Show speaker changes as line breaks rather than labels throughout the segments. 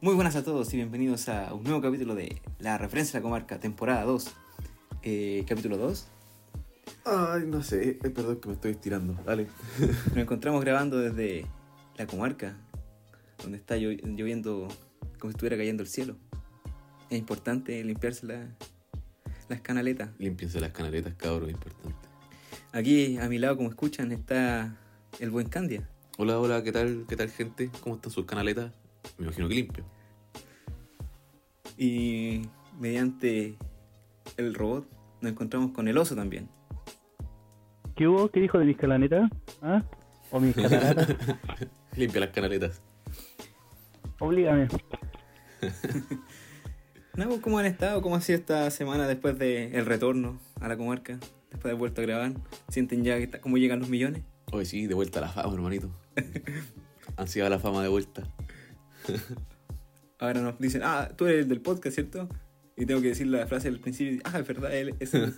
Muy buenas a todos y bienvenidos a un nuevo capítulo de La Referencia a la Comarca, temporada 2. Eh, capítulo 2.
Ay, no sé, eh, perdón que me estoy estirando. Dale.
Nos encontramos grabando desde la comarca, donde está llo- lloviendo como si estuviera cayendo el cielo. Es importante limpiarse la- las canaletas.
Límpiense las canaletas, cabros, importante.
Aquí a mi lado, como escuchan, está el buen Candia.
Hola, hola, ¿qué tal? ¿Qué tal, gente? ¿Cómo están sus canaletas? Me imagino que limpio.
Y mediante el robot nos encontramos con el oso también.
¿Qué hubo? ¿Qué dijo de mis calanetas? ¿Ah? ¿O mis cataratas?
Limpia las canaletas.
Oblígame.
No, pues, ¿Cómo han estado? ¿Cómo ha sido esta semana después del retorno a la comarca? Después de haber vuelto a grabar. ¿Sienten ya que está- cómo llegan los millones?
Hoy sí, de vuelta a la fama, hermanito. Ansiaba la fama de vuelta.
Ahora nos dicen, ah, tú eres el del podcast, ¿cierto? Y tengo que decir la frase del principio. Ah, es verdad, él es... él".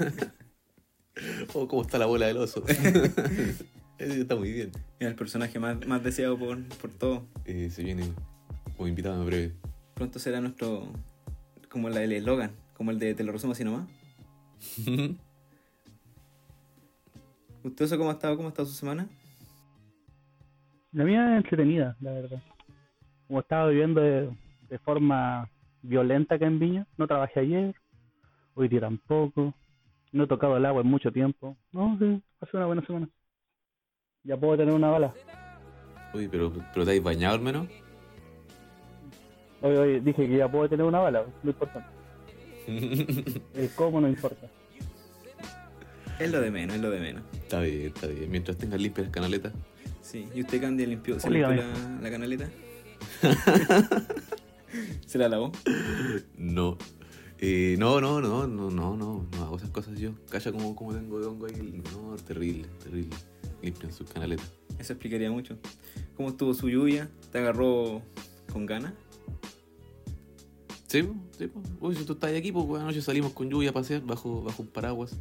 Oh, ¿cómo está la bola del oso? Eso está muy bien.
Es el personaje más, más deseado por, por todos.
Eh, se viene como invitado en breve.
Pronto será nuestro... Como la- el eslogan. Como el de Te lo resumo así nomás. ¿Usted oso, cómo ha estado? ¿Cómo ha estado su semana?
La mía es entretenida, la verdad. Como estaba viviendo de, de forma violenta acá en Viña, no trabajé ayer, hoy día tampoco, no he tocado el agua en mucho tiempo. No, sí, pasó una buena semana. Ya puedo tener una bala.
Uy, pero, pero te has bañado, hermano.
Hoy, hoy dije que ya puedo tener una bala, no importa. El cómo no importa.
Es lo de menos, es lo de menos.
está bien, está bien. Mientras tengas limpias las canaletas.
Sí, ¿y usted, Candy, limpió, se limpió
Obligado.
la, la canaleta? ¿Se la lavó?
No. Eh, no, no, no, no, no, no, no hago esas cosas yo. Calla como, como tengo de hongo ahí. No, terrible, terrible. Limpian sus canaletas.
Eso explicaría mucho. ¿Cómo estuvo su lluvia? ¿Te agarró con ganas?
Sí, po, sí, po. Uy, si tú estás aquí, pues bueno, anoche salimos con lluvia a pasear bajo, bajo un paraguas.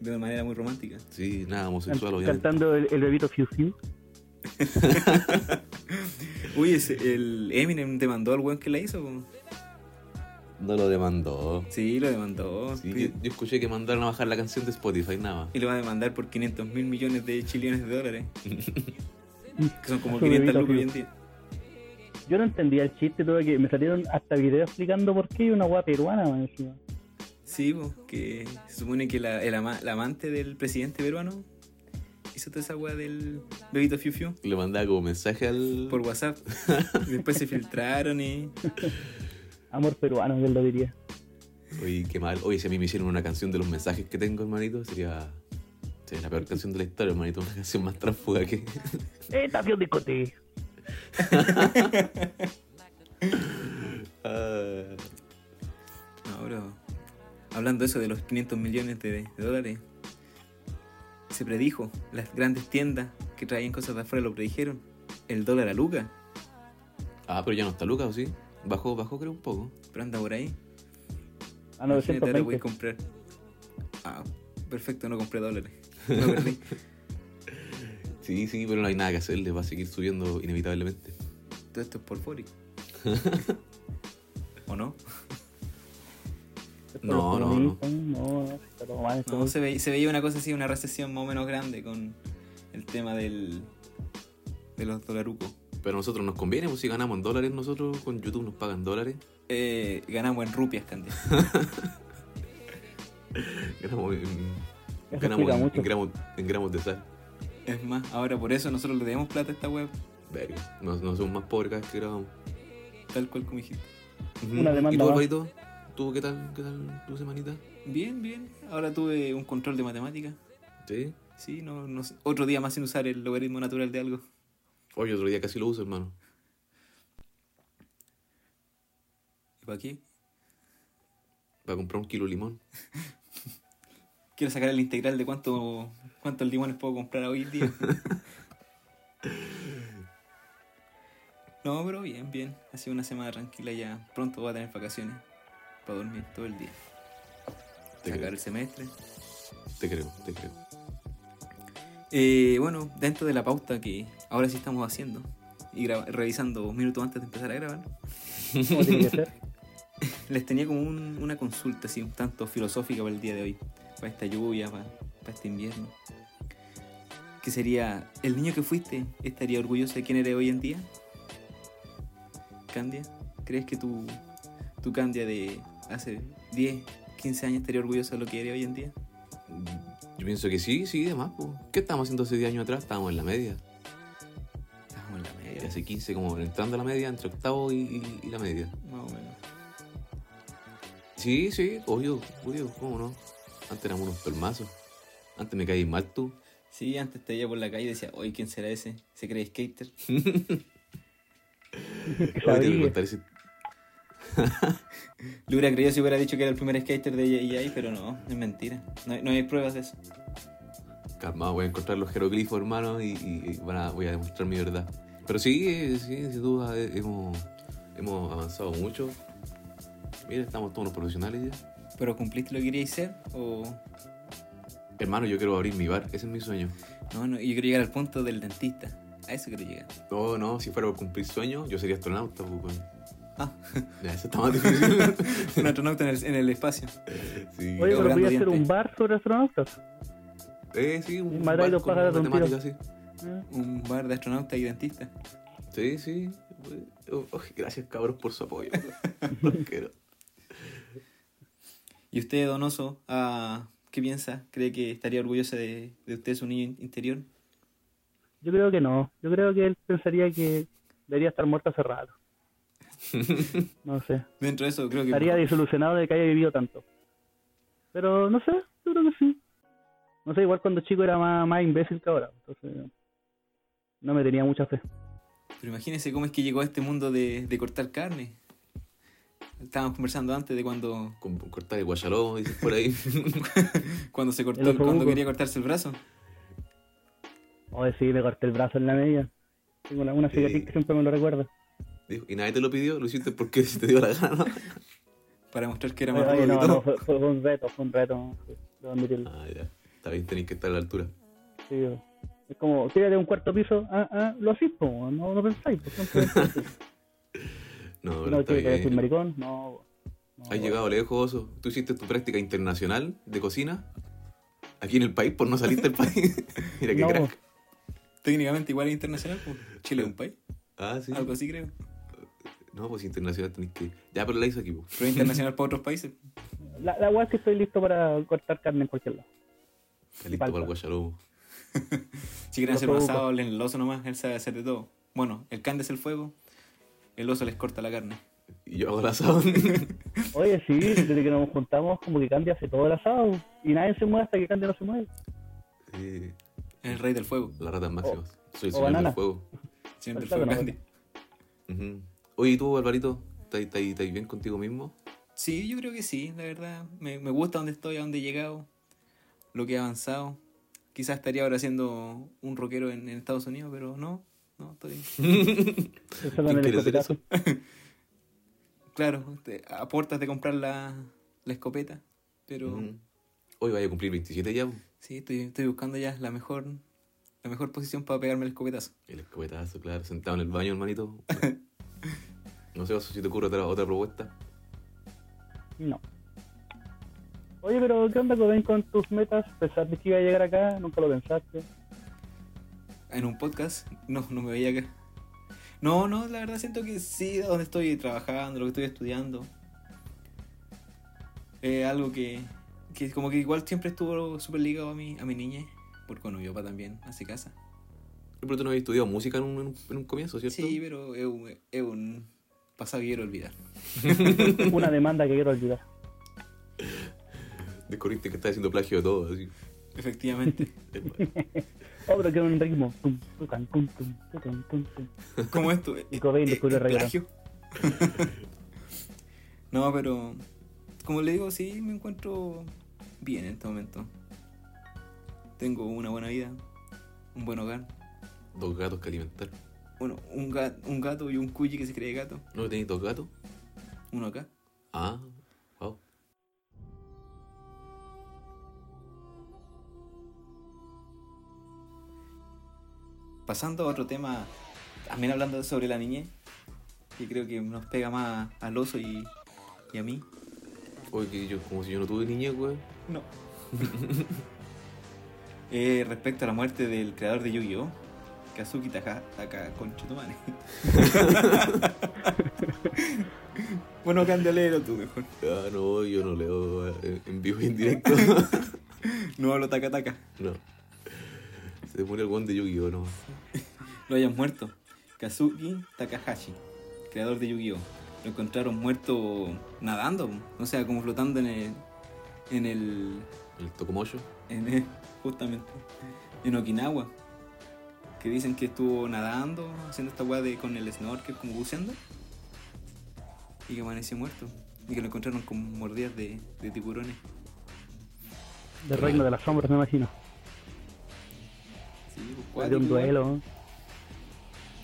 De una manera muy romántica.
Sí, nada homosexual, obviamente.
Cantando el, el bebito Fiu Fiu.
Uy, ese- el Eminem demandó al weón que la hizo. po.
No lo demandó.
Sí, lo demandó.
Sí,
Sí.
yo, yo escuché que mandaron a bajar la canción de Spotify, nada más.
Y lo va a demandar por 500 mil millones de chilenos de dólares. que son como
Su
500
bebito
lucas hoy en
Fiu.
día.
Yo no entendía el chiste, tuve que me salieron hasta videos explicando por qué y una guapa peruana, man, encima.
Sí, po, que se supone que la, el ama- la amante del presidente peruano hizo toda esa weá del bebito Fiu Fiu
Le mandaba como mensaje al.
por WhatsApp. Y después se filtraron y.
Amor peruano, yo lo diría.
Oye, qué mal. Oye, si a mí me hicieron una canción de los mensajes que tengo, hermanito, sería. Sería la peor canción de la historia, hermanito. Una canción más tránsfuga que.
Estación discote.
Ah.
No, bro. Hablando eso de los 500 millones de, de dólares, se predijo. Las grandes tiendas que traían cosas de afuera lo predijeron. El dólar a Luca,
Ah, pero ya no está Lucas, ¿o sí? Bajó, bajó creo un poco.
pero anda por ahí.
A
Imagínate, ahora voy a
920.
comprar. Ah, perfecto, no compré dólares. No perdí.
Sí, sí, pero no hay nada que hacerle, va a seguir subiendo inevitablemente.
Todo esto es por Forex. ¿O no?
Esto
No, no,
lo
no.
comunican, no, no, está todo mal, esto.
No, se, ve- se veía una cosa así, una recesión más o menos grande con el tema del de los dolarucos.
Pero a nosotros nos conviene, pues si ganamos en dólares, nosotros con YouTube nos pagan dólares.
Eh, ganamos en rupias, Candy.
Ganamos en,
Eso
ganamos
explica
en,
mucho.
en gramos, en gramos de sal.
Es más, ahora por eso nosotros le debemos plata a esta web,
Verga, nos, nos somos más pobres cada vez que grabamos.
tal cual como dijiste.
Ujú.
Una demanda
¿Y tú,
más.
Alvarito? ¿Tú qué tal, qué tal tu semanita?
Bien, bien. Ahora tuve un control de matemática.
¿Sí?
Sí, no, no sé. otro día más sin usar el logaritmo natural de algo.
Hoy otro día casi lo uso, hermano.
¿Y para qué?
Para comprar un kilo de limón.
Quiero sacar el integral de cuánto, cuántos limones puedo comprar hoy día. no, pero bien, bien. Ha sido una semana tranquila ya. Pronto voy a tener vacaciones para dormir todo el día.
Te
Sacar
creo,
el semestre.
te creo, te creo.
Eh, bueno, dentro de la pauta que ahora sí estamos haciendo, y graba- revisando minutos antes de empezar a grabar,
¿Cómo tiene que ser?
les tenía como un- una consulta así un tanto filosófica para el día de hoy, para esta lluvia, para, para este invierno. Que sería, ¿el niño que fuiste estaría orgulloso de quién eres hoy en día? Candia, ¿crees que tu, tu Candia de hace 10, 15 años estaría orgulloso de lo que eres hoy en día?
Yo pienso que sí, sí, además, pues. ¿Qué estábamos haciendo hace 10 años atrás? Estábamos en la media.
Estábamos en la
Y
media,
hace 15, como entrando a la media, entre octavo y, y- y la media.
más o menos.
Sí, sí, obvio, obvio, ¿cómo no? Antes éramos unos pelmazos. Antes me caí mal tú.
Sí, antes te veía por la calle y decía, oye, ¿quién será ese? ¿Se cree skater?
Que
Hoy te voy a
sabía.
contar ese-
Lo hubiera creído si hubiera dicho que era el primer skater de EA, pero no, es mentira. No, hay- no hay pruebas de eso.
Calmado, voy a encontrar los jeroglifos, hermano, y, y- y van a- voy a demostrar mi verdad. Pero sí, eh, sí, sin duda, eh, hemos, hemos avanzado mucho. Mira, estamos todos unos profesionales ya.
¿Pero cumpliste lo que queríais ser? ¿O.?
Hermano, yo quiero abrir mi bar, ese es mi sueño.
No, no, yo quiero llegar al punto del dentista. A eso quiero llegar.
No, no, si fuera por cumplir sueños, yo sería astronauta, pues, weón.
Ah,
Ya, eso está más difícil.
un astronauta en el, en el espacio.
sí.
Oye, pero
Quebrando
voy a hacer
dientes.
un bar sobre astronautas.
Eh, sí, un
Matar
bar
los
con
pájaros de un tiro.
matemáticas, sí.
Eh,
Un bar de astronauta y dentista.
Sí, sí. Oh, oh, gracias, cabros, por su apoyo. Los quiero.
¿Y usted, Donoso, ah, qué piensa? ¿Cree que estaría orgulloso de, de usted, su niño in- interior?
Yo creo que no. Yo creo que él pensaría que debería estar muerto hace rato. No sé.
Dentro de eso, creo que.
Estaría disolucionado de que haya vivido tanto. Pero no sé, yo creo que sí. No sé, igual cuando chico era más, más imbécil que ahora. Entonces, no me tenía mucha fe.
Pero imagínese cómo es que llegó a este mundo de, de cortar carne. Estábamos conversando antes de cuando,
Con, con cortar el guayaló, dices por ahí.
cuando se cortó,
El ojo
cuando
buco.
quería cortarse el brazo.
Oye, sí, me corté el brazo en la media. Tengo una, una
Sí.
cicatriz que siempre me lo recuerda.
Dijo, y nadie te lo pidió, lo hiciste porque se te dio la gana.
Para mostrar que era
Oye,
más
oye,
rudo
no,
que
no,
todo.
fue, fue un reto, fue un reto. Debo admitirlo.
Ah, ya. Está bien, tenéis que estar a la altura.
Sí, es como, tírate de un cuarto piso, ah, ah, lo así, po, no, no pensáis. po, siempre pensáis.
No, pero
no,
está
que te decís
bien.
maricón, no. no,
Has llegado lejos, Oso. Tú hiciste tu práctica internacional de cocina aquí en el país por no salirte del país. Mira qué
No.
crack.
Técnicamente igual es internacional, pues. Chile es un país,
Ah, sí.
algo así creo.
No, pues internacional tenés que. Ya, pero la hizo aquí, po.
Pero internacional para otros países.
La, la weá es que estoy listo para cortar carne en cualquier lado.
Calito para el guayaló.
Si quieren
Lo
hacer un
provoca.
asado, hablen el oso nomás, él sabe hacer de todo. Bueno, el can es el fuego, el oso les corta la carne.
Y yo hago el asado.
Oye, sí, desde que nos juntamos, como que Candy hace todo el asado. Y nadie se mueve hasta que Candy no se mueve.
Eh,
Es el rey del fuego.
las ratas máximas. Soy el
o
señor
banana.
del fuego.
Siempre el
Claro,
fuego
no,
grande.
Ujú. Oye, ¿y tú, Alvarito? ¿Estás estás- estás bien contigo mismo?
Sí, yo creo que sí, la verdad. Me, me gusta donde estoy, a donde he llegado, lo que he avanzado. Quizás estaría ahora siendo un rockero en, en Estados Unidos, pero no, no, estoy...
Se sacan
¿Quién
el
quiere hacer
escopetazo.
eso?
Claro, te- a puertas de comprar la, la escopeta, pero
Ujú. Hoy vaya a cumplir 27 ya. po.
sí, estoy, estoy buscando ya la mejor, la mejor posición para pegarme el escopetazo.
El escopetazo, claro, sentado en el baño, hermanito. No sé, Oso, si te ocurre otra, otra propuesta.
No. Oye, pero ¿qué onda, Cobain, con tus metas? Pensaste que iba a llegar acá, nunca lo pensaste.
en un podcast, no, no me veía acá. No, no, la verdad siento que sí, donde estoy trabajando, lo que estoy estudiando. Eh, algo que, que como que igual siempre estuvo súper ligado a mi, a mi niñez, porque bueno, mi papá también hace casa.
Pero tú no habías estudiado música en un, en un- en un comienzo, ¿cierto?
Sí, pero es un, es un pasado que quiero olvidar.
Una demanda que quiero olvidar.
Descubriste que estás haciendo plagio de todo. Así.
Efectivamente.
Oh, pero que un ritmo. Tum, tucan, tum, tum, tucan, tum, tum.
¿Cómo esto?
Y Cobain descubrió el reggaetón.
eh, plagio? no, pero como le digo, sí me encuentro bien en este momento. Tengo una buena vida, un buen hogar,
Dos gatos que alimentar.
bueno, un, ga- un gato y un cuyi que se cree gato,
¿No tenéis dos gatos?
uno acá.
Ah, wow.
Pasando a otro tema También hablando sobre la niñez, que creo que nos pega más al oso y, y a mí.
Oye, que yo, como si yo no tuve niñez, weón.
No. Eh, respecto a la muerte del creador de Yu-Gi-Oh! Kazuki Taka, Taka Conchetumane. bueno, candelero tú mejor.
Ah, no, yo no leo eh, en vivo y en directo.
No hablo Taka Taka.
no. Se pone el guante de Yu-Gi-Oh! nomás.
Lo hayan muerto. Kazuki Takahashi, creador de Yu-Gi-Oh! Lo encontraron muerto nadando, o sea, como flotando en el. en el.
El Tocomoyo.
en el- justamente. en Okinawa. Que dicen que estuvo nadando, haciendo esta weá de con el snorkel, como buceando. Y que amaneció muerto. Y que lo encontraron con mordidas de, de tiburones.
Del reino de las sombras, me imagino.
Sí, pues, cuático,
De un
igual.
duelo.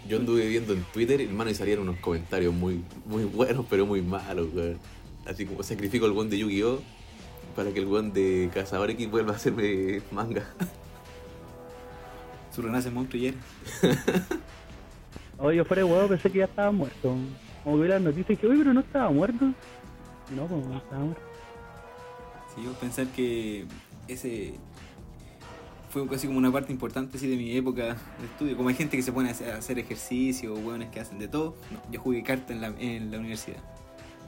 Yo anduve viendo en Twitter, hermano, y salían unos comentarios muy, muy buenos, pero muy malos, weón. Así como sacrifico el guan de Yu-Gi-Oh! para que el guan de Cazabareki vuelva a hacerme manga.
Su renace monstruo y era.
Oye, yo fuera de huevo pensé que ya estaba muerto. Como que vi las noticias y que, oye, pero no estaba muerto. Y No, como no estaba muerto.
Sí, yo pensar que ese fue casi como una parte importante así, de mi época de estudio. Como hay gente que se pone a hacer- a hacer ejercicio, hueones que hacen de todo. No, yo jugué carta en la, en la universidad.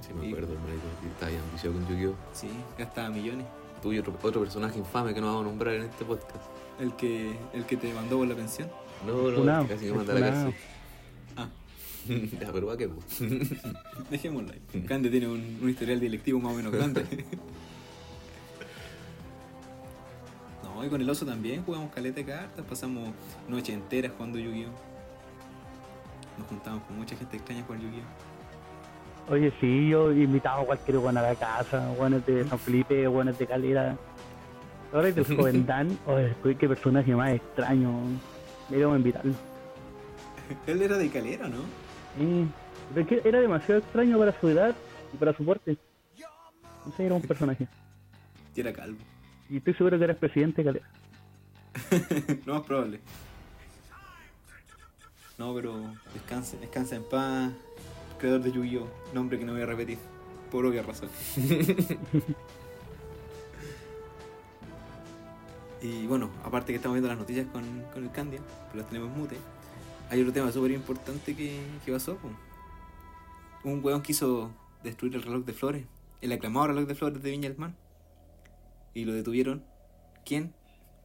Sí, me acuerdo, hermano, que estaba ahí ambicioso con Yu-Gi-Oh!
Sí, gastaba millones.
Tú y otro, otro personaje infame que no vamos a nombrar en este podcast.
El que, el que te mandó por la pensión.
No, no,
Funado,
casi me
es
manda a la
funado.
cárcel.
Ah,
ya, pero va que. po.
dejémoslo ahí. Cande tiene un, un historial directivo más o menos grande. No, y con el oso también jugamos caleta de cartas, pasamos noches enteras jugando Yu-Gi-Oh! Nos juntamos con mucha gente extraña a jugar Yu-Gi-Oh!
Oye, sí, yo invitaba a cualquier weón a la casa, weones de San Felipe, weones de Calera. Ahora el del joven Dan, oye, uy, qué personaje más extraño. Deberíamos invitarlo.
Él era de Calera, ¿no?
Sí, pero que era demasiado extraño para su edad y para su porte. No sé, era un personaje.
Y era calvo.
Y estoy seguro que eras presidente de Calera.
Lo más probable. No, pero descansa, descansa en paz. Creador de Yu-Gi-Oh! Nombre que no voy a repetir. Por obvia razón. y bueno, aparte que estamos viendo las noticias con, con el Candia, pero las tenemos mute. Hay otro tema súper importante que, que pasó. po. Un weón quiso destruir el reloj de flores. El aclamado reloj de flores de Viña del Mar. Y lo detuvieron. ¿Quién?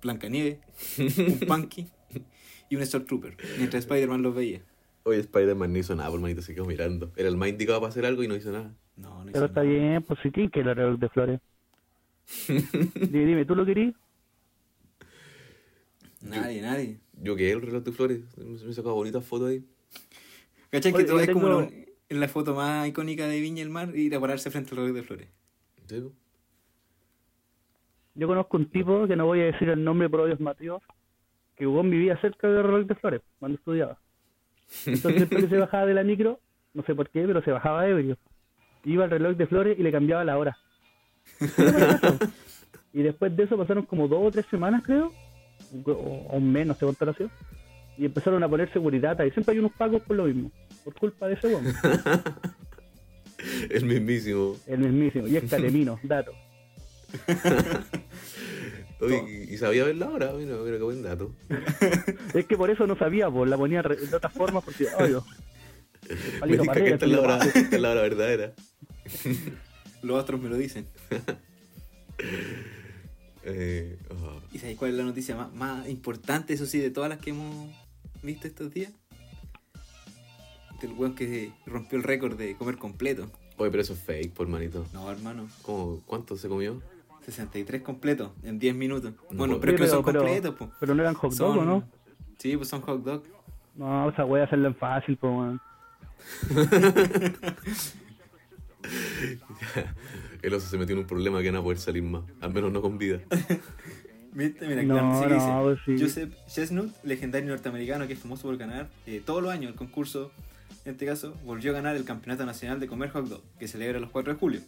Blancanieve, un Punky y un Stormtrooper, mientras Spider-Man los veía.
Oye, Spider-Man no hizo nada, por hermanito, se quedó mirando. Era el más indicado para hacer algo y no hizo nada.
No, no hizo
Pero está
nada.
bien, pues sí, que el reloj de flores. dime, dime, ¿tú lo querías?
Nadie, nadie.
Yo que el reloj de flores, me sacaba bonitas fotos ahí.
¿Cachai que
Oye,
tú ves
yo
como
tengo-
lo- en la foto más icónica de Viña del Mar ir a pararse frente al reloj de flores?
¿Sí? po?
Yo conozco un tipo, que no voy a decir el nombre por odios motivos, que Hugon vivía cerca del reloj de flores cuando estudiaba. Entonces siempre que se bajaba de la micro, no sé por qué, pero se bajaba ebrio. Iba al reloj de flores y le cambiaba la hora. y después de eso pasaron como dos o tres semanas, creo, o, o un mes, no sé cuánto nació, y empezaron a poner seguridad. Y siempre hay unos pagos por lo mismo, por culpa de ese Hugon,
El mismísimo.
el mismísimo. Y es calemino, dato.
Oye, y, y sabía ver la hora, mira, mira qué buen dato.
Es que por eso no sabía, pues la ponía re- de otras formas porque, obvio. el
Me
palito
tinca
para
que
arriba,
esta es la hora,
el palito
esta es la hora verdadera.
Los otros me lo dicen.
Eh, ah,
¿Y sabéis cuál es la noticia más, más importante, eso sí, de todas las que hemos visto estos días? Del weón que rompió el récord de comer completo.
Oye, pero eso es fake, por manito.
No, hermano.
¿Cómo, ¿Cuánto se comió?
63 completos en 10 minutos.
No
Bueno,
puedo
pero es
Sí,
que no son
pero-
completos, po.
Pero no eran hot dog, ¿o
Son-
no?
Sí, pues son hot dog.
No, esa wea hacerlo en fácil, pues, weón.
El oso se metió en un problema que no va a poder salir más. Al menos no con vida.
Viste, mira,
No,
claro, sí que
no,
dice.
sí.
Joseph Chestnut, legendario norteamericano que es famoso por ganar eh, todos los años el concurso. En este caso, volvió a ganar el Campeonato Nacional de Comer Hot Dog, que celebra los 4 de julio.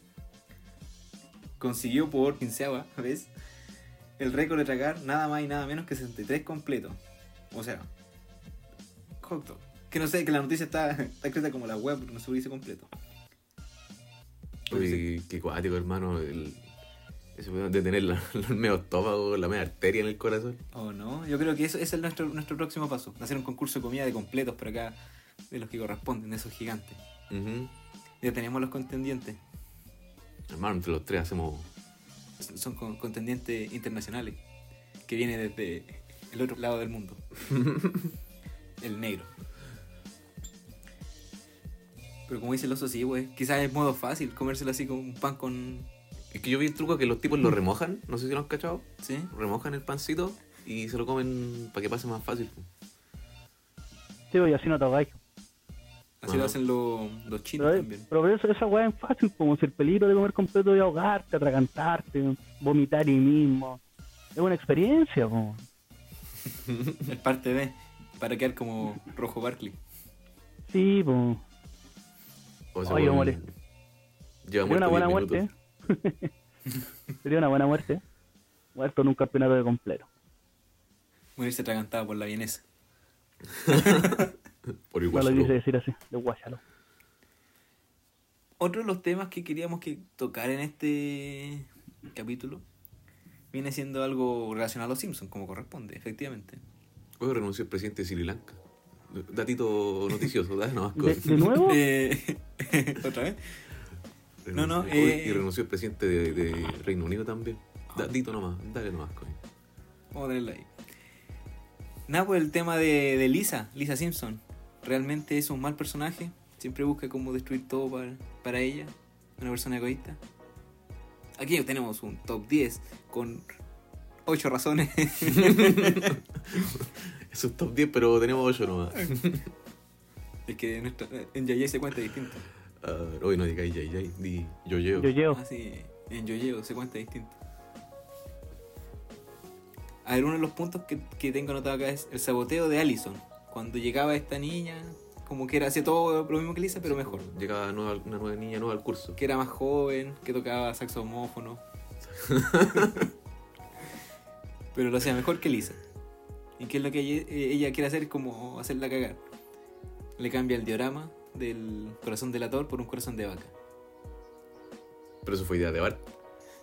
Consiguió por quinceava vez el récord de tragar nada más y nada menos que 63 completos. O sea, hot dog. Que no sé, que la noticia está, está escrita como la web, porque no se lo dice completo.
Uy, qué cuático, hermano. El, eso de tener la, el medio estómago, la media arteria en el corazón.
¿O no? Yo creo que eso, ese es nuestro, nuestro próximo paso. Hacer un concurso de comida de completos por acá, de los que corresponden, de esos gigantes.
Ujú.
Ya tenemos los contendientes.
Hermano, entre los tres hacemos.
Son son con- contendientes internacionales, que viene desde el otro lado del mundo. el negro. Pero como dice el oso, sí, güey. Quizás es modo fácil comérselo así con un pan con...
Es que yo vi el truco que los tipos lo remojan, no sé si lo han cachado.
¿Sí?
Remojan el pancito y se lo comen para que pase más fácil. po.
Sí, pues, y así no te ahogáis.
Así lo
Ajá.
hacen lo- los chinos
Pero,
también.
pero eso- esa weá es fácil, como si el peligro de comer completo de ahogarte, atragantarte, vomitar y mismo. Es una experiencia, po.
Es parte de, para quedar como Rojo Barkley.
Sí, po.
O
Oye,
ponen-
mole.
Lleva
Sería una buena
muerto 10
muerte.
minutos.
¿eh? Sería una buena muerte. ¿eh? Muerto en un campeonato de completo.
Morirse atragantada por la vienesa.
Por
No
igual.
lo
solo.
quise decir así, de guachalo.
Otro de los temas que queríamos que tocar en este capítulo viene siendo algo relacionado a los Simpsons, como corresponde, efectivamente.
Hoy renunció el presidente de Sri Lanka. Datito noticioso, ¿verdad? No,
¿De, de nuevo?
Eh, ¿Otra vez? no, no,
Renunció-
eh.
Y renunció el presidente de, de Reino Unido también. Datito nomás, dale nomás, coño.
Vamos a tenerlo ahí. Nada, pues el tema de, de Lisa, Lisa Simpson. Realmente es un mal personaje. Siempre busca cómo destruir todo para, para ella. Una persona egoísta. Aquí tenemos un top 10 con 8 razones.
Eso es top 10, pero tenemos 8 nomás.
es que en, nuestra- en Yayay se cuenta distinto.
Ah, hoy no digáis yay yay, di yo llevo.
Yo llevo.
Ah, sí, en Yoyeo se cuenta distinto. A ver, uno de los puntos que, que tengo anotado acá es el saboteo de Allison. Cuando llegaba esta niña, como que era, hacía todo lo mismo que Lisa, pero mejor.
Llegaba nueva- una nueva niña nueva al curso.
Que era más joven, que tocaba saxofóno. pero lo hacía mejor que Lisa. ¿Y qué es lo que ella, eh, ella quiere hacer? Es como hacerla cagar. Le cambia el diorama del corazón del ator por un corazón de vaca.
Pero eso fue idea de Bart.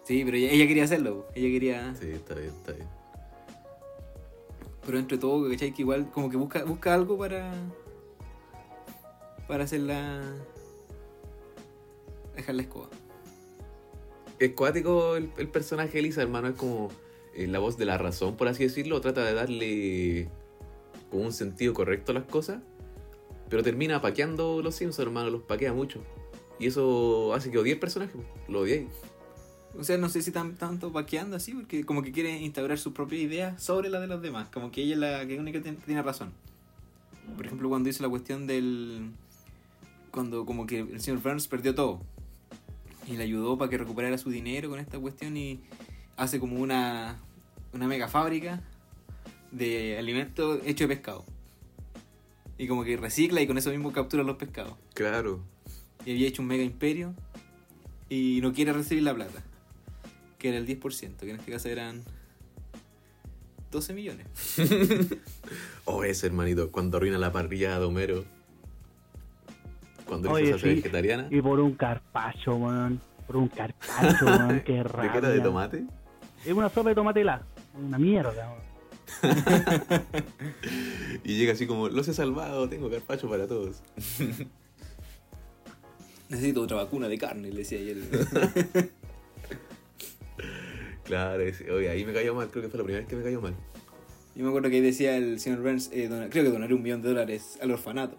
Sí, pero ella, ella quería hacerlo. Ella quería...
Sí, está bien, está bien.
Pero entre todo, ¿cachai? Que igual como que busca, busca algo para. Para hacerla. Dejar la escoba.
Es cuático el, el personaje de Lisa, hermano. Es como eh, la voz de la razón, por así decirlo. Trata de darle como un sentido correcto a las cosas. Pero termina paqueando los Simpsons, hermano. Los paquea mucho. Y eso hace que odie el personaje. po. Lo odié.
O sea, no sé si tan, tanto vaqueando así, porque como que quiere instaurar su propia idea sobre la de los demás. Como que ella es la que única que tiene- tiene razón. Por ejemplo, cuando hizo la cuestión del. Cuando como que el señor Burns perdió todo. Y le ayudó para que recuperara su dinero con esta cuestión y hace como una. Una mega fábrica de alimentos hecho de pescado. Y como que recicla y con eso mismo captura los pescados.
Claro.
Y había hecho un mega imperio y no quiere recibir la plata, que era el 10%, que en este caso eran 12 millones.
O Oh, ese, hermanito. Cuando arruina la parrilla de Homero. Cuando Lisa
Oye,
se hace
sí.
vegetariana.
Y por un carpacho, weón. Por un carpacho, weón. Qué
¿De
rabia.
qué era? ¿De tomate?
Es una sopa de tomate helado. Una mierda, weón.
Y llega así como, los he salvado, tengo carpacho para todos.
Necesito otra vacuna de carne, le decía ayer.
Claro, ese- oye, ahí me cayó mal, creo que fue la primera vez que me cayó mal.
Yo me acuerdo que ahí decía el señor Burns, eh, dona- creo que donaré un millón de dólares al orfanato.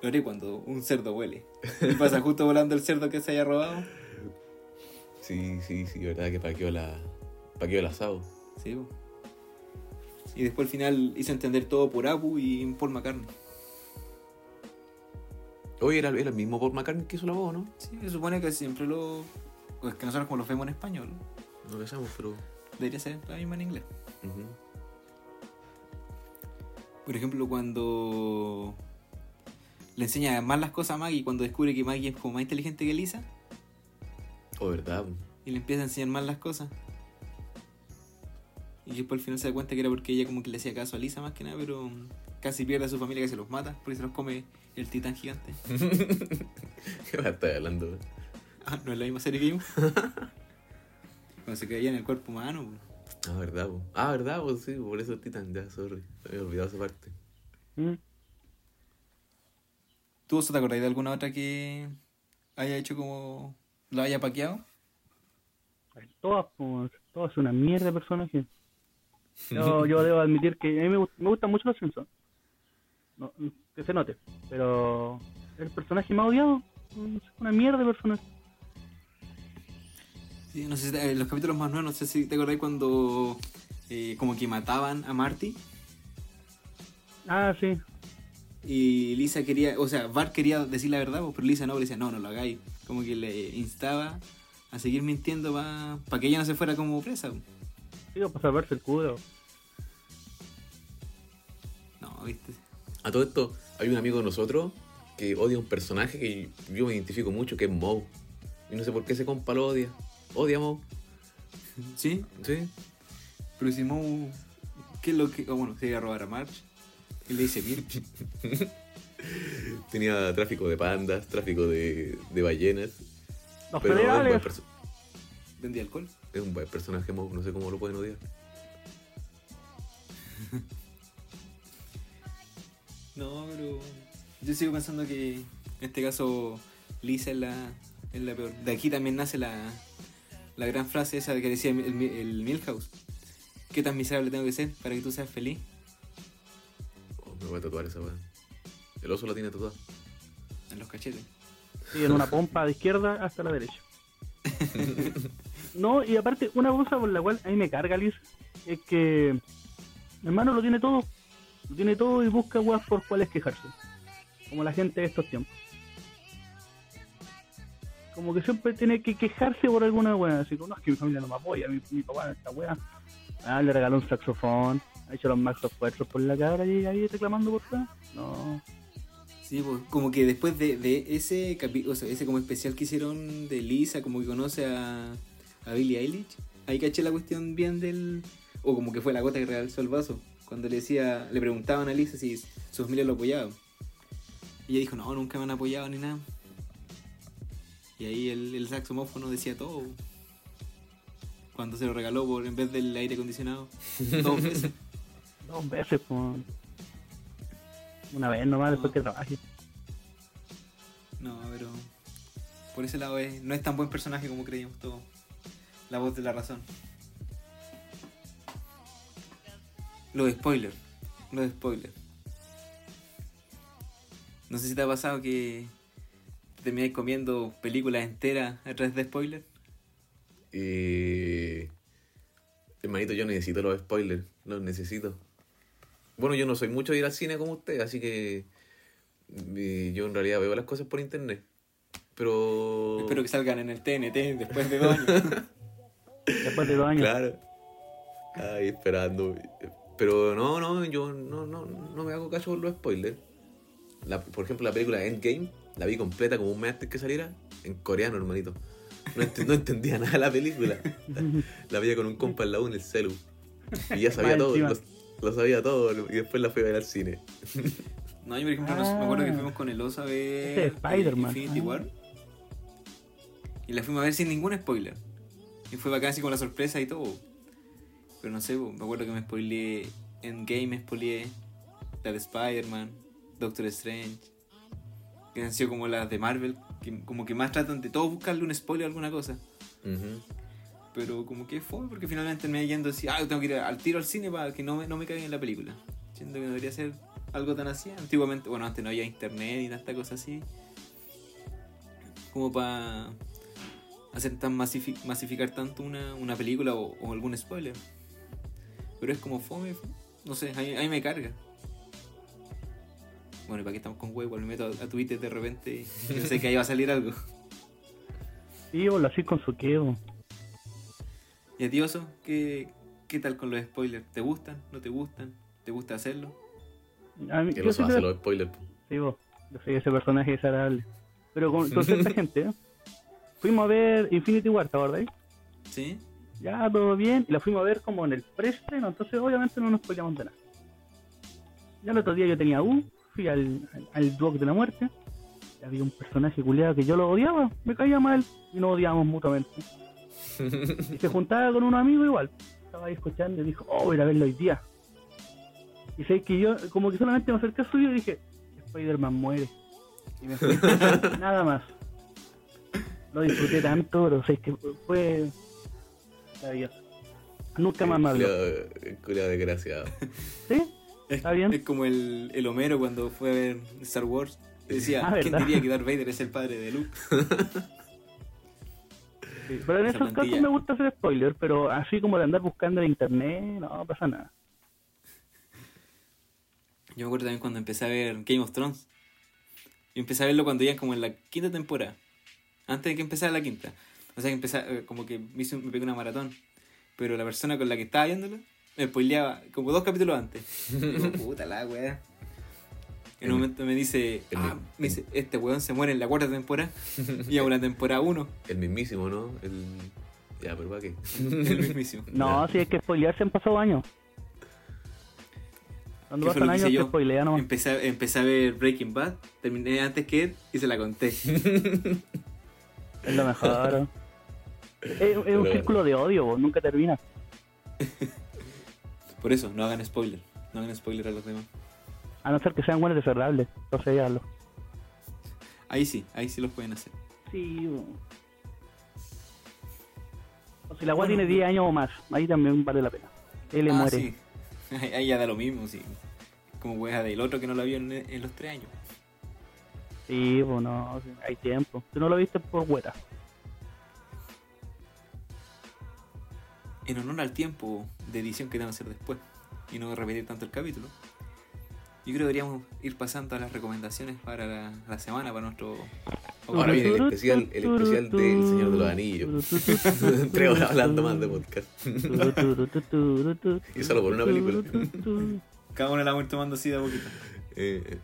Lo haré cuando un cerdo huele. Y pasa justo volando el cerdo que se haya robado.
Sí, sí, sí, verdad que paqueó la. paqueó el asado.
Sí, po. Y después al final hizo entender todo por Apu y Paul McCartney.
Oye, era, era el mismo Paul McCartney que hizo la voz, ¿no?
Sí, se supone que siempre lo... o Es que nosotros como lo vemos en español,
No lo sabemos, pero.
debería ser la misma en inglés.
ujú.
Por ejemplo, cuando le enseña más las cosas a Maggie, cuando descubre que Maggie es como más inteligente que Lisa,
O Oh, verdad.
y le empieza a enseñar más las cosas. Y después al final se da cuenta que era porque ella como que le hacía caso a Lisa más que nada, pero mm, casi pierde a su familia que se los mata, porque se los come el titán gigante.
¿Qué me estás hablando? weón?
Ah, no es la misma serie que vimos. Cuando se caía en el cuerpo humano. po.
Ah, verdad, po. Ah, verdad, po, sí, por eso el Titan, ya, sorry. Me había olvidado esa parte.
Mm.
¿Tú Oso, te acordáis de alguna otra que haya hecho como. la haya paqueado?
Todas, pues, todas son una mierda de personajes. Yo, yo debo admitir que a mí me, gust- me gustan mucho los Simpsons. No, mm, que se note. Pero el personaje más odiado mm, es una mierda de personaje.
Sí, no sé si te- en los capítulos más nuevos, no sé si te acordáis cuando. eh, como que mataban a Marty
Ah, sí.
y Lisa quería. o sea, Bart quería decir la verdad, po, pero Lisa no, le decía, no, no lo hagáis. Como que le instaba a seguir mintiendo para que ella no se fuera como presa. po.
Digo, para salvarse el culo.
No, viste.
A todo esto, hay un amigo de nosotros que odia un personaje que yo me identifico mucho, que es Moe. Y no sé por qué ese compa lo odia. Odia a Moe,
Sí,
¿sí?
pero si Moe. ¿Qué es lo que.? oh, bueno, se iba a robar a March. Y le dice, Mirch.
Tenía tráfico de pandas, tráfico de, de ballenas.
Los
Pero es un, buen
federales.
perso-
vendí alcohol.
es un buen personaje, Moe. No sé cómo lo pueden odiar.
No, pero yo sigo pensando que en este caso Lisa es la, es la peor. De aquí también nace la, la gran frase esa que decía el, Mi- el Milhouse. ¿Qué tan miserable tengo que ser para que tú seas feliz?
Oh, me voy a tatuar esa weá. El oso la tiene tatuada.
En los cachetes.
Sí, en una pompa de izquierda hasta la derecha. no, y aparte, una cosa por la cual a mí me carga Liz es que mi hermano lo tiene todo. Lo tiene todo y busca weas por cuales quejarse. Como la gente de estos tiempos. Como que siempre tiene que quejarse por alguna wea. Así como, no, es que mi familia no me apoya, mi, mi papá no esta wea. Ah, le regaló un saxofón, ha hecho los maxos fuertes por la cabra y ahí reclamando por todo. No.
Sí, pues, como que después de, de ese capi- o sea, ese como especial que hicieron de Lisa, como que conoce a, a Billie Eilish, ahí caché la cuestión bien del... O como que fue la gota que realzó el vaso, cuando le decía, le preguntaban a Lisa si sus familia lo apoyaba. Y ella dijo, no, nunca me han apoyado ni nada. Y ahí el, el saxomófono decía todo. Cuando se lo regaló por, en vez del aire acondicionado, dos veces.
Dos veces, po. Una vez nomás después
Ah.
que trabaje.
No, pero por ese lado es, no es tan buen personaje como creíamos todos. La voz de la razón. Los spoilers. Los spoilers. No sé si te ha pasado que te termináis comiendo películas enteras a través de spoilers.
Y. Hermanito, yo necesito los spoilers. Los necesito. Bueno, yo no soy mucho de ir al cine como usted, así que. eh, Yo en realidad veo las cosas por internet. Pero.
Espero que salgan en el TNT después de dos años.
Después de dos años.
Claro. Ahí esperando. Pero no, no, yo no, no, no me hago caso con los spoilers. La- por ejemplo, la película Endgame la vi completa como un mes antes que saliera en coreano, hermanito. No, ent- no entendía nada de la película. La veía con un compa en la U en el celu. Y ya sabía
Más
todo,
encima.
lo, lo sabía todo. Y después la fui a ver al cine.
No, yo por ejemplo nos- me acuerdo que
Ah.
fuimos con el oso a ver
Ese es Spider-Man.
Infinity
Ah.
War. Y la fuimos a ver sin ningún spoiler. Y fue bacán así con la sorpresa y todo. Pero no sé, me acuerdo que me spoileé Endgame, me spoileé la de Spider-Man, Doctor Strange. Que han sido como las de Marvel, que como que más tratan de todos buscarle un spoiler a alguna cosa.
Ujú.
Pero como que fue, porque finalmente terminé yendo así, ah, yo tengo que ir al tiro al cine para que no me, no me caigan en la película. Siento que no debería ser algo tan así. Antiguamente, bueno, antes no había internet y tanta cosa así. Como para hacer tan masifi- masificar tanto una, una película o, o algún spoiler. Pero es como fome, no sé, ahí, ahí me carga. Bueno, y para qué estamos con huevo, me meto a, a Twitter de repente y pensé que ahí va a salir algo.
Sí, o lo así con su quedo.
Y a ti, Oso, ¿qué, ¿qué tal con los spoilers? ¿Te gustan? ¿No te gustan? ¿Te gusta hacerlo?
A mí,
Que
yo
los
soy,
hace
de-
los spoilers.
sí, vos, yo soy ese personaje desagradable. Pero con, con cierta gente, ¿eh? Fuimos a ver Infinity War, ¿te acordáis?
¿Sí?
ya todo bien, y la fuimos a ver como en el preestreno, entonces obviamente no nos podíamos de nada. Ya el otro día yo tenía U, fui al, al, al Duoc de la Muerte, y había un personaje culiado que yo lo odiaba, me caía mal, y nos odiábamos mutuamente. y se juntaba con unos amigos igual, estaba ahí escuchando y dijo, oh, voy a ir a verlo hoy día. Y sé que yo, como que solamente me acerqué a suyo y dije, Spider-Man muere. Y me fui, nada más. Lo disfruté tanto, pero sé que fue maravilloso. Nunca más me habló.
Culeado- culeado eh, desgraciado.
¿Sí?
Es,
¿Está bien?
es como el, el Homero cuando fue a ver Star Wars. Decía,
Ah,
¿quién
¿verdad?
diría que Darth Vader es el padre de Luke?
Sí, Pero en
Esa
esos
plantilla.
casos me gusta hacer spoiler, pero así como de andar buscando en internet, no pasa nada.
Yo me acuerdo también cuando empecé a ver Game of Thrones. Yo empecé a verlo cuando ya como en la quinta temporada. Antes de que empezara la quinta. O sea que empecé, eh, como que me, hice, un- me pegué una maratón. Pero la persona con la que estaba viéndolo me spoileaba como dos capítulos antes. Y digo, puta la weá. En un momento me dice,
en
ah,
el-
me dice, este weón se muere en la cuarta temporada. Y ahora en la temporada uno,
El mismísimo, ¿no? El... Ya, pero ¿para qué?
el mismísimo.
No, si es que spoilearse han pasado años. Cuando
¿Qué fue
pasan
lo que
años
hice
te
yo?
spoilea nomás.
Empecé, a- empecé a ver Breaking Bad, terminé antes que él y se la conté.
Es lo mejor. es, es un
bueno.
círculo de odio, vos, nunca termina.
Por eso, no hagan spoiler. No hagan spoiler a los demás.
A no ser que sean buenos desagradables. Entonces ya lo.
Ahí sí, ahí sí los pueden hacer.
Sí. bo. O si la agua tiene 10 años o más, ahí también vale la pena. Él le
Ah,
muere.
sí. Ahí ahí ya da lo mismo, sí. Como weá del otro que no la vio en, en los tres años.
Sí, pues no, sí, hay tiempo. Tú no lo viste por hueta.
En honor al tiempo de edición que van a hacer después y no repetir tanto el capítulo, yo creo que deberíamos ir pasando a las recomendaciones para la, la semana, para nuestro.
Ahora viene el especial, el especial de El Señor de los Anillos. Tres horas hablando más de podcast. Y solo por una película.
Cada uno la vamos a ir tomando así de a poquito.
Eh,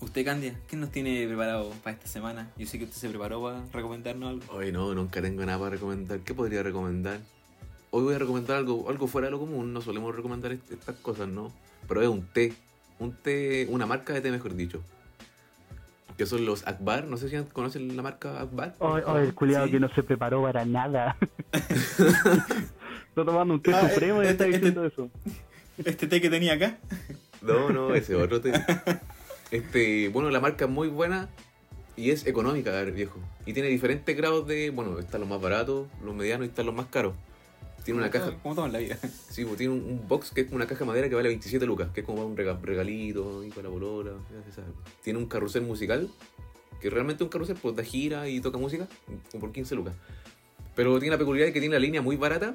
Usted, Candia, ¿qué nos tiene preparado para esta semana? Yo sé que usted se preparó para recomendarnos algo.
hoy no, nunca tengo nada para recomendar. ¿Qué podría recomendar? Hoy voy a recomendar algo, algo fuera de lo común. No solemos recomendar est- estas cosas, ¿no? Pero es un té. Un té, una marca de té, mejor dicho. Que son los Akbar. No sé si conocen la marca Akbar.
Ay, ay, el culiado
Sí.
que no se preparó para nada. está tomando un té
Ah,
supremo y
este-
está
este-
diciendo eso.
Este té que tenía acá.
No, no, ese otro te... Este, bueno, la marca es muy buena y es económica, gar- viejo. Y tiene diferentes grados de, bueno, están los más baratos, los medianos y están los más caros. Tiene una caja,
¿Cómo toman la vida?
sí, pues, tiene un, un box que es como una caja de madera que vale 27 lucas, que es como para un rega- regalito y para la bolola, ya se sabe. Tiene un carrusel musical, que realmente es un carrusel, pues da gira y toca música, como por 15 lucas. Pero tiene la peculiaridad de que tiene la línea muy barata,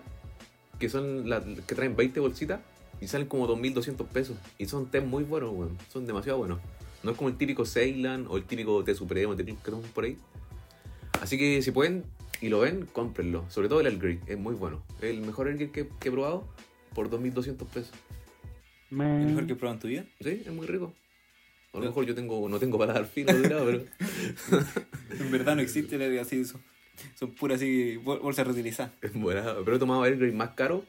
que son las que traen 20 bolsitas y salen como 2.200 pesos. Y son té muy buenos, weón. Son demasiado buenos. No es como el típico Ceylan o el típico té supremo, té Club que toman por ahí. Así que si pueden y lo ven, cómprenlo. Sobre todo el Earl Grey, es muy bueno. Es El mejor Earl Grey que, que he probado por 2.200 pesos.
¿El mejor que
Man.
prueban tu vida?
Sí, es muy rico. A lo mejor yo tengo, no tengo paladar fino, cuidado, pero...
En verdad no existe la así, son, son puras así bol- bolsas reutilizadas.
Bueno, pero he tomado Earl Grey más caro.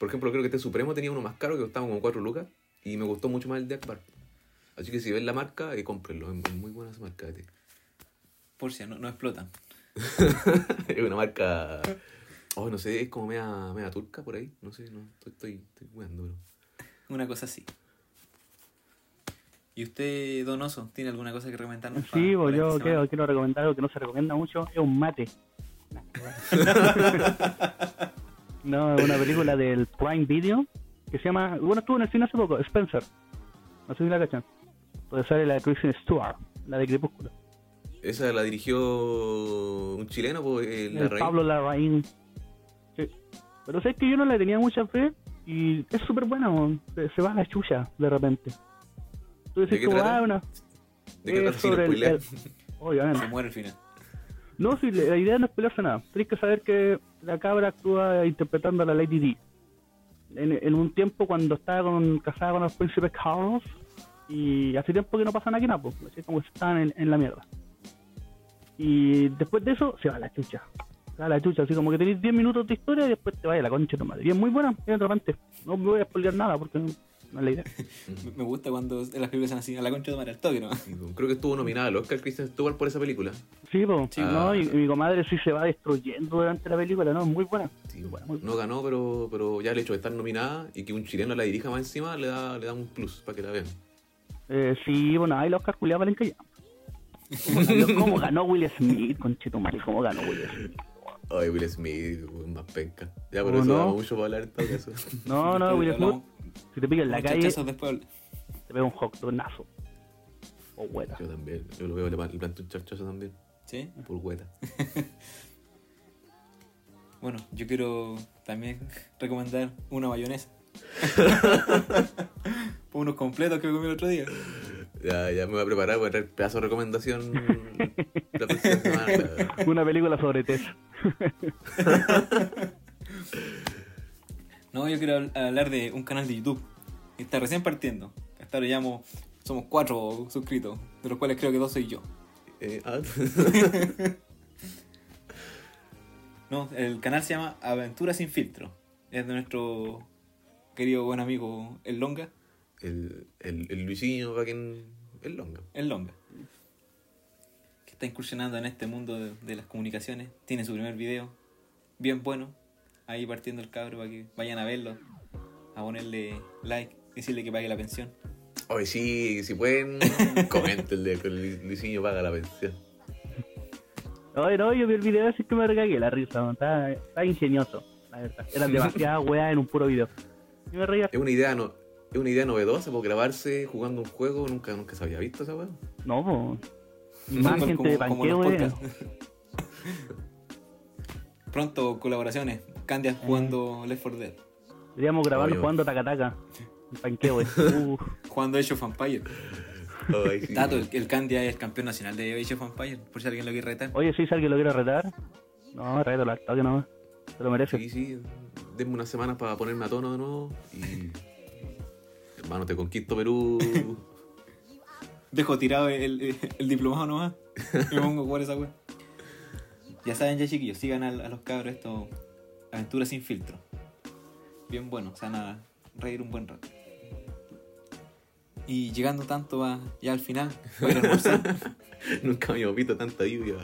Por ejemplo, creo que este Supremo tenía uno más caro que costaba como 4 lucas. Y me gustó mucho más el de Akbar. Así que si ven la marca, eh, cómprenlo. Es es muy buena esa marca de té.
Por si no, no explotan.
Es una marca. Oh, no sé, es como media, media turca por ahí. No sé, no, estoy, estoy, estoy weando, bro.
Una cosa así. ¿Y usted, Donoso, tiene alguna cosa que recomendarnos?
Sí,
pa-
bo,
para
yo
esta
quiero,
semana?
quiero recomendar algo que no se recomienda mucho, es un mate. No, es una película del Prime Video que se llama, bueno, estuvo en el cine hace poco, Spencer. No sé si la cachan. Donde sale la de Kristen Stewart, la de Crepúsculo.
Esa la dirigió un chileno, pues, eh, la
El
raíz.
Pablo Larraín. Sí. Pero sé que yo no le tenía mucha fe y es súper buena, weón. se, se va a la chucha de repente. Tú
¿De
decís
qué
como,
trata?
ah, una...
¿De qué
es
trata? Sin
sobre el-
spoiler.
el- Obviamente.
Se muere al final.
No, sí, la idea no es pelearse nada. Tienes que saber que la cabra actúa interpretando a la Lady D. En, en un tiempo cuando estaba con, casada con el príncipe Carlos y hace tiempo que no pasan aquí nada, pues, ¿cachai? como que están en, en la mierda. Y después de eso se va a la chucha. a la chucha, así como que tenéis 10 minutos de historia y después te vaya la concha de tu madre. Y es muy buena, es atrapante. No me voy a spoilear nada porque no, no es la idea.
Me- Me gusta cuando las películas son así, a la concha de tomar al toque, ¿no?
pues, Creo que estuvo nominada al Oscar Christian Stewart por esa película.
Sí, po,
Sí,
¿no?
ah.
Y, y mi comadre sí se va destruyendo durante la película, ¿no? Es muy buena.
Sí,
Bueno, muy-
no ganó, pero, pero ya el hecho de estar nominada y que un chileno la dirija más encima le da, le da un plus para que la vean.
Eh, sí, bueno, ahí los calculaba para encallar. ¿Cómo ganó, cómo ganó Will Smith, conchetumare? ¿Cómo ganó Will Smith?
Ay, Will Smith, weón, más penca. Ya, pero
¿O
eso
no?
da mucho para hablar en todo caso.
No, no, Will Smith.
Hablamos-
Si te pilla en la
unos
calle,
chachazos después.
te pega un Oh, hotdogazo. O hueá.
Yo también, yo lo veo, le, le planto un charchazo también,
¿Sí?
por hueta.
Bueno, yo quiero también recomendar una mayonesa. Por unos completos que me comí el otro día.
Ya, ya me voy a preparar, voy a traer pedazo de recomendación la próxima semana.
Una película sobre Tess.
No, yo quiero habl- hablar de un canal de YouTube que está recién partiendo. Hasta ahora llamo, somos cuatro suscritos, de los cuales creo que dos soy yo.
Eh, ah,
No, el canal se llama Aventuras sin filtro. Es de nuestro querido buen amigo El Longa.
el, el, el Luisinho, para quien. El longa.
El Longa. Que está incursionando en este mundo de, de las comunicaciones. Tiene su primer video. Bien bueno. Ahí partiendo el cabro para que vayan a verlo. A ponerle like. Decirle que pague la pensión.
Oye, sí, si pueden, coméntenle que el Luisinho paga la pensión.
Oye, no, yo vi el video así que me recagué la risa, man. Está, está ingenioso, la verdad. Eran demasiadas weas en un puro video. Yo me reía.
Es una idea no, es una idea novedosa, porque grabarse jugando un juego nunca, nunca se había visto esa weá.
No, po. Imagen
Como-
te de eh.
como
panqueo,
los
weón.
podcasts. Pronto colaboraciones.
Eh.
Candia jugando Left 4 Dead.
Deberíamos grabarlo
Obvio.
jugando tacataca. El panqueo, weón. Uf.
Jugando Age of Empire.
Ay, sí.
Tato, el, el Candia es el campeón nacional de Age of Empire. Por si alguien lo quiere retar.
Oye, si ¿sí, si alguien lo quiere retar. No, retalo al toque nomás. Se lo merece.
Sí, sí, denme unas semanas para ponerme a tono de nuevo y. Hermano, te conquisto Perú.
Dejo tirado el, el diplomado nomás. y Me pongo a jugar esa wea. Ya saben, ya chiquillos, sigan al- a, los cabros esto. Aventuras sin filtro. Bien bueno, se van a reír un buen rato. Y llegando tanto a- ya al final, voy a ir a almorzar.
Nunca me había visto tanta lluvia.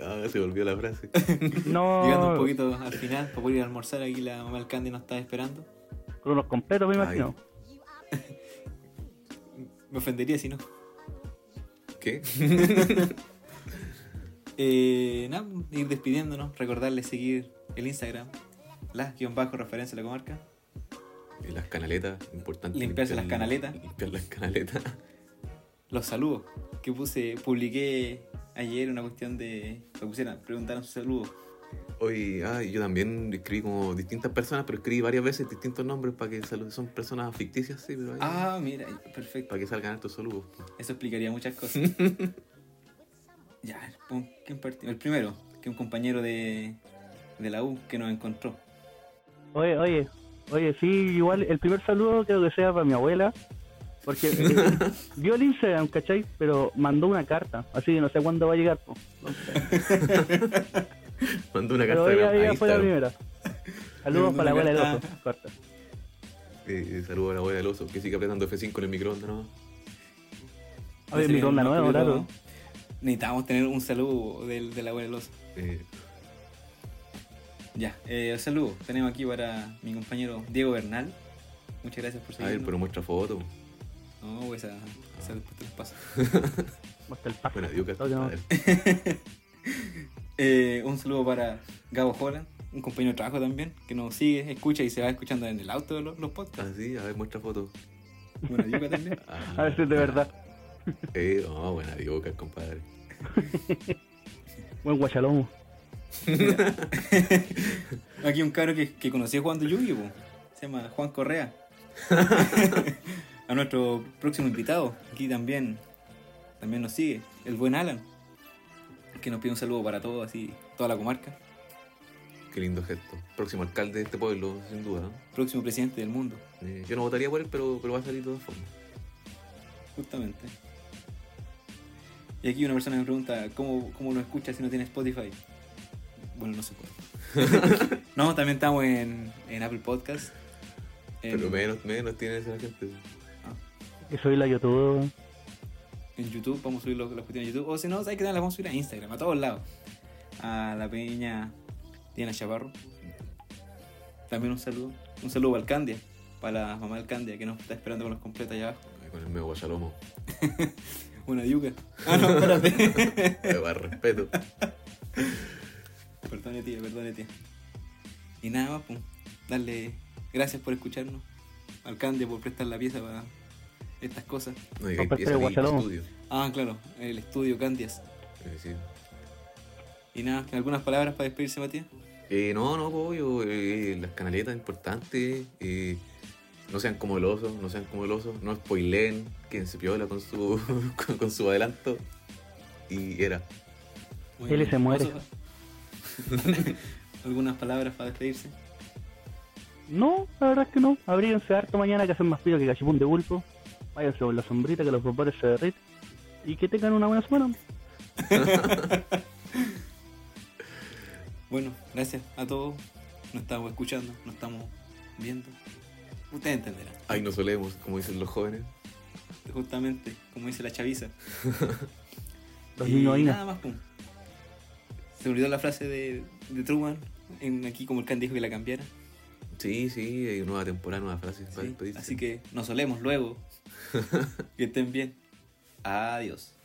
Ah, se volvió la frase.
No,
llegando un poquito al final, para poder ir a almorzar, aquí la mamá del Candy nos está esperando.
con unos completos, me
Ah,
imagino.
Me ofendería si no.
¿Qué?
Eh, nada, ir despidiéndonos, recordarles seguir el Instagram, las-referencia de la comarca.
Y Las canaletas, importante.
Limpiarse las
limpiar-
canaletas.
Limpiar las canaletas.
los saludos que puse, publiqué ayer una cuestión de. Lo pusieran, preguntaron sus saludos.
Hoy, ah, yo también escribí como distintas personas, pero escribí varias veces distintos nombres para que sal- son personas ficticias, sí, pero ahí-
Ah, mira, perfecto.
para que salgan estos saludos.
Eso explicaría muchas cosas. ya, ¿con quién partimos? El primero, que un compañero de, de la U que nos encontró.
Oye, oye, oye, sí, igual el primer saludo creo que sea para mi abuela. Porque eh, vio el Instagram, ¿cachai? Pero mandó una carta, así que no sé cuándo va a llegar. po.
Mandó una carta
Pero
de
ella,
a
ella fue la
Instagram.
primera. Saludos
Le mandó
para la
una
abuela del
carta.
otro. Corta.
Eh, eh, saludo a la abuela del oso, que sigue apretando F5 en el microondas nomás.
A ver,
Ese
mi ronda
es el
nueva,
primero.
claro.
Necesitábamos tener un saludo del, del abuelo del oso.
Eh,
Ya, eh, el saludo. Tenemos aquí para mi compañero Diego Bernal. Muchas gracias por
a ver,
seguirnos.
pero muestra foto.
No, pues, esa, esa después te la paso.
Hasta el paso.
Buena diuca.
Toque nomás.
A ver.
Eh, un saludo para Gabo Holland, un compañero de trabajo también, que nos sigue, escucha y se va escuchando en el auto los, los podcasts.
Ah, sí, a ver, muestra foto.
Bueno, Yuka también.
Ah,
A ver si es de verdad.
Eh, oh, buena diuca, compadre.
Buen guachalomo.
Aquí un cabro que, que conocí jugando Yugi, po. se llama Juan Correa. A nuestro próximo invitado, aquí también, también nos sigue, el buen Alan, que nos pide un saludo para todos, así, toda la comarca.
Qué lindo gesto. Próximo alcalde de este pueblo, sin duda. ¿no?
Próximo presidente del mundo,
Eh, yo no votaría por él, pero, pero va a salir de todas formas.
justamente. Y aquí una persona me pregunta, ¿cómo, cómo lo escuchas si no tiene Spotify? Bueno, no sé cuál. no, también estamos en, en Apple Podcast. En,
Pero menos, menos tiene esa gente.
Y soy la YouTube.
en YouTube, vamos a subir los- las cuestiones a YouTube. O si no, ¿sabes qué? Las vamos a subir a Instagram, a todos lados. A la peña Diana Chaparro. También un saludo. Un saludo al Candia, para la mamá del Candia que nos está esperando con los completos allá abajo.
Con el medio guachalomo.
Una yuca. Ah, no, espérate.
Pero Para respeto.
perdone, tía, perdone, tía. Y nada más, pues, darle gracias por escucharnos. Al Candia por prestar la pieza para estas cosas.
No, y que
Papá,
empieza ahí
pero
el
guachalomo.
estudio.
Ah, claro, el estudio Candias.
Eh, sí.
Y nada, algunas palabras para despedirse, Matías.
Eh, no, no, pollo. eh, las canaletas importantes. eh, no sean como el oso, no sean como el oso. No spoileen. Quédense piola con su, con, con su adelanto. Y era.
Bueno,
Él se muere.
eso- Algunas palabras para despedirse.
No, la verdad es que no. Abríguense harto mañana que hacen más frío que cachipún de bulpo. Váyanse con la sombrita que los vapores se derriten. Y que tengan una buena semana.
Bueno, gracias a todos. Nos estamos escuchando, nos estamos viendo. Ustedes entenderán.
Ay, no solemos, como dicen los jóvenes.
Justamente, como dice la chaviza.
Los
Y
niños ahí.
Nada más, pum. Se olvidó la frase de, de Truman. En, aquí, como el can dijo que la cambiara.
Sí, sí, hay nueva temporada, nueva frase para
¿sí?
despedirse.
Así que nos solemos luego. que estén bien. Adiós.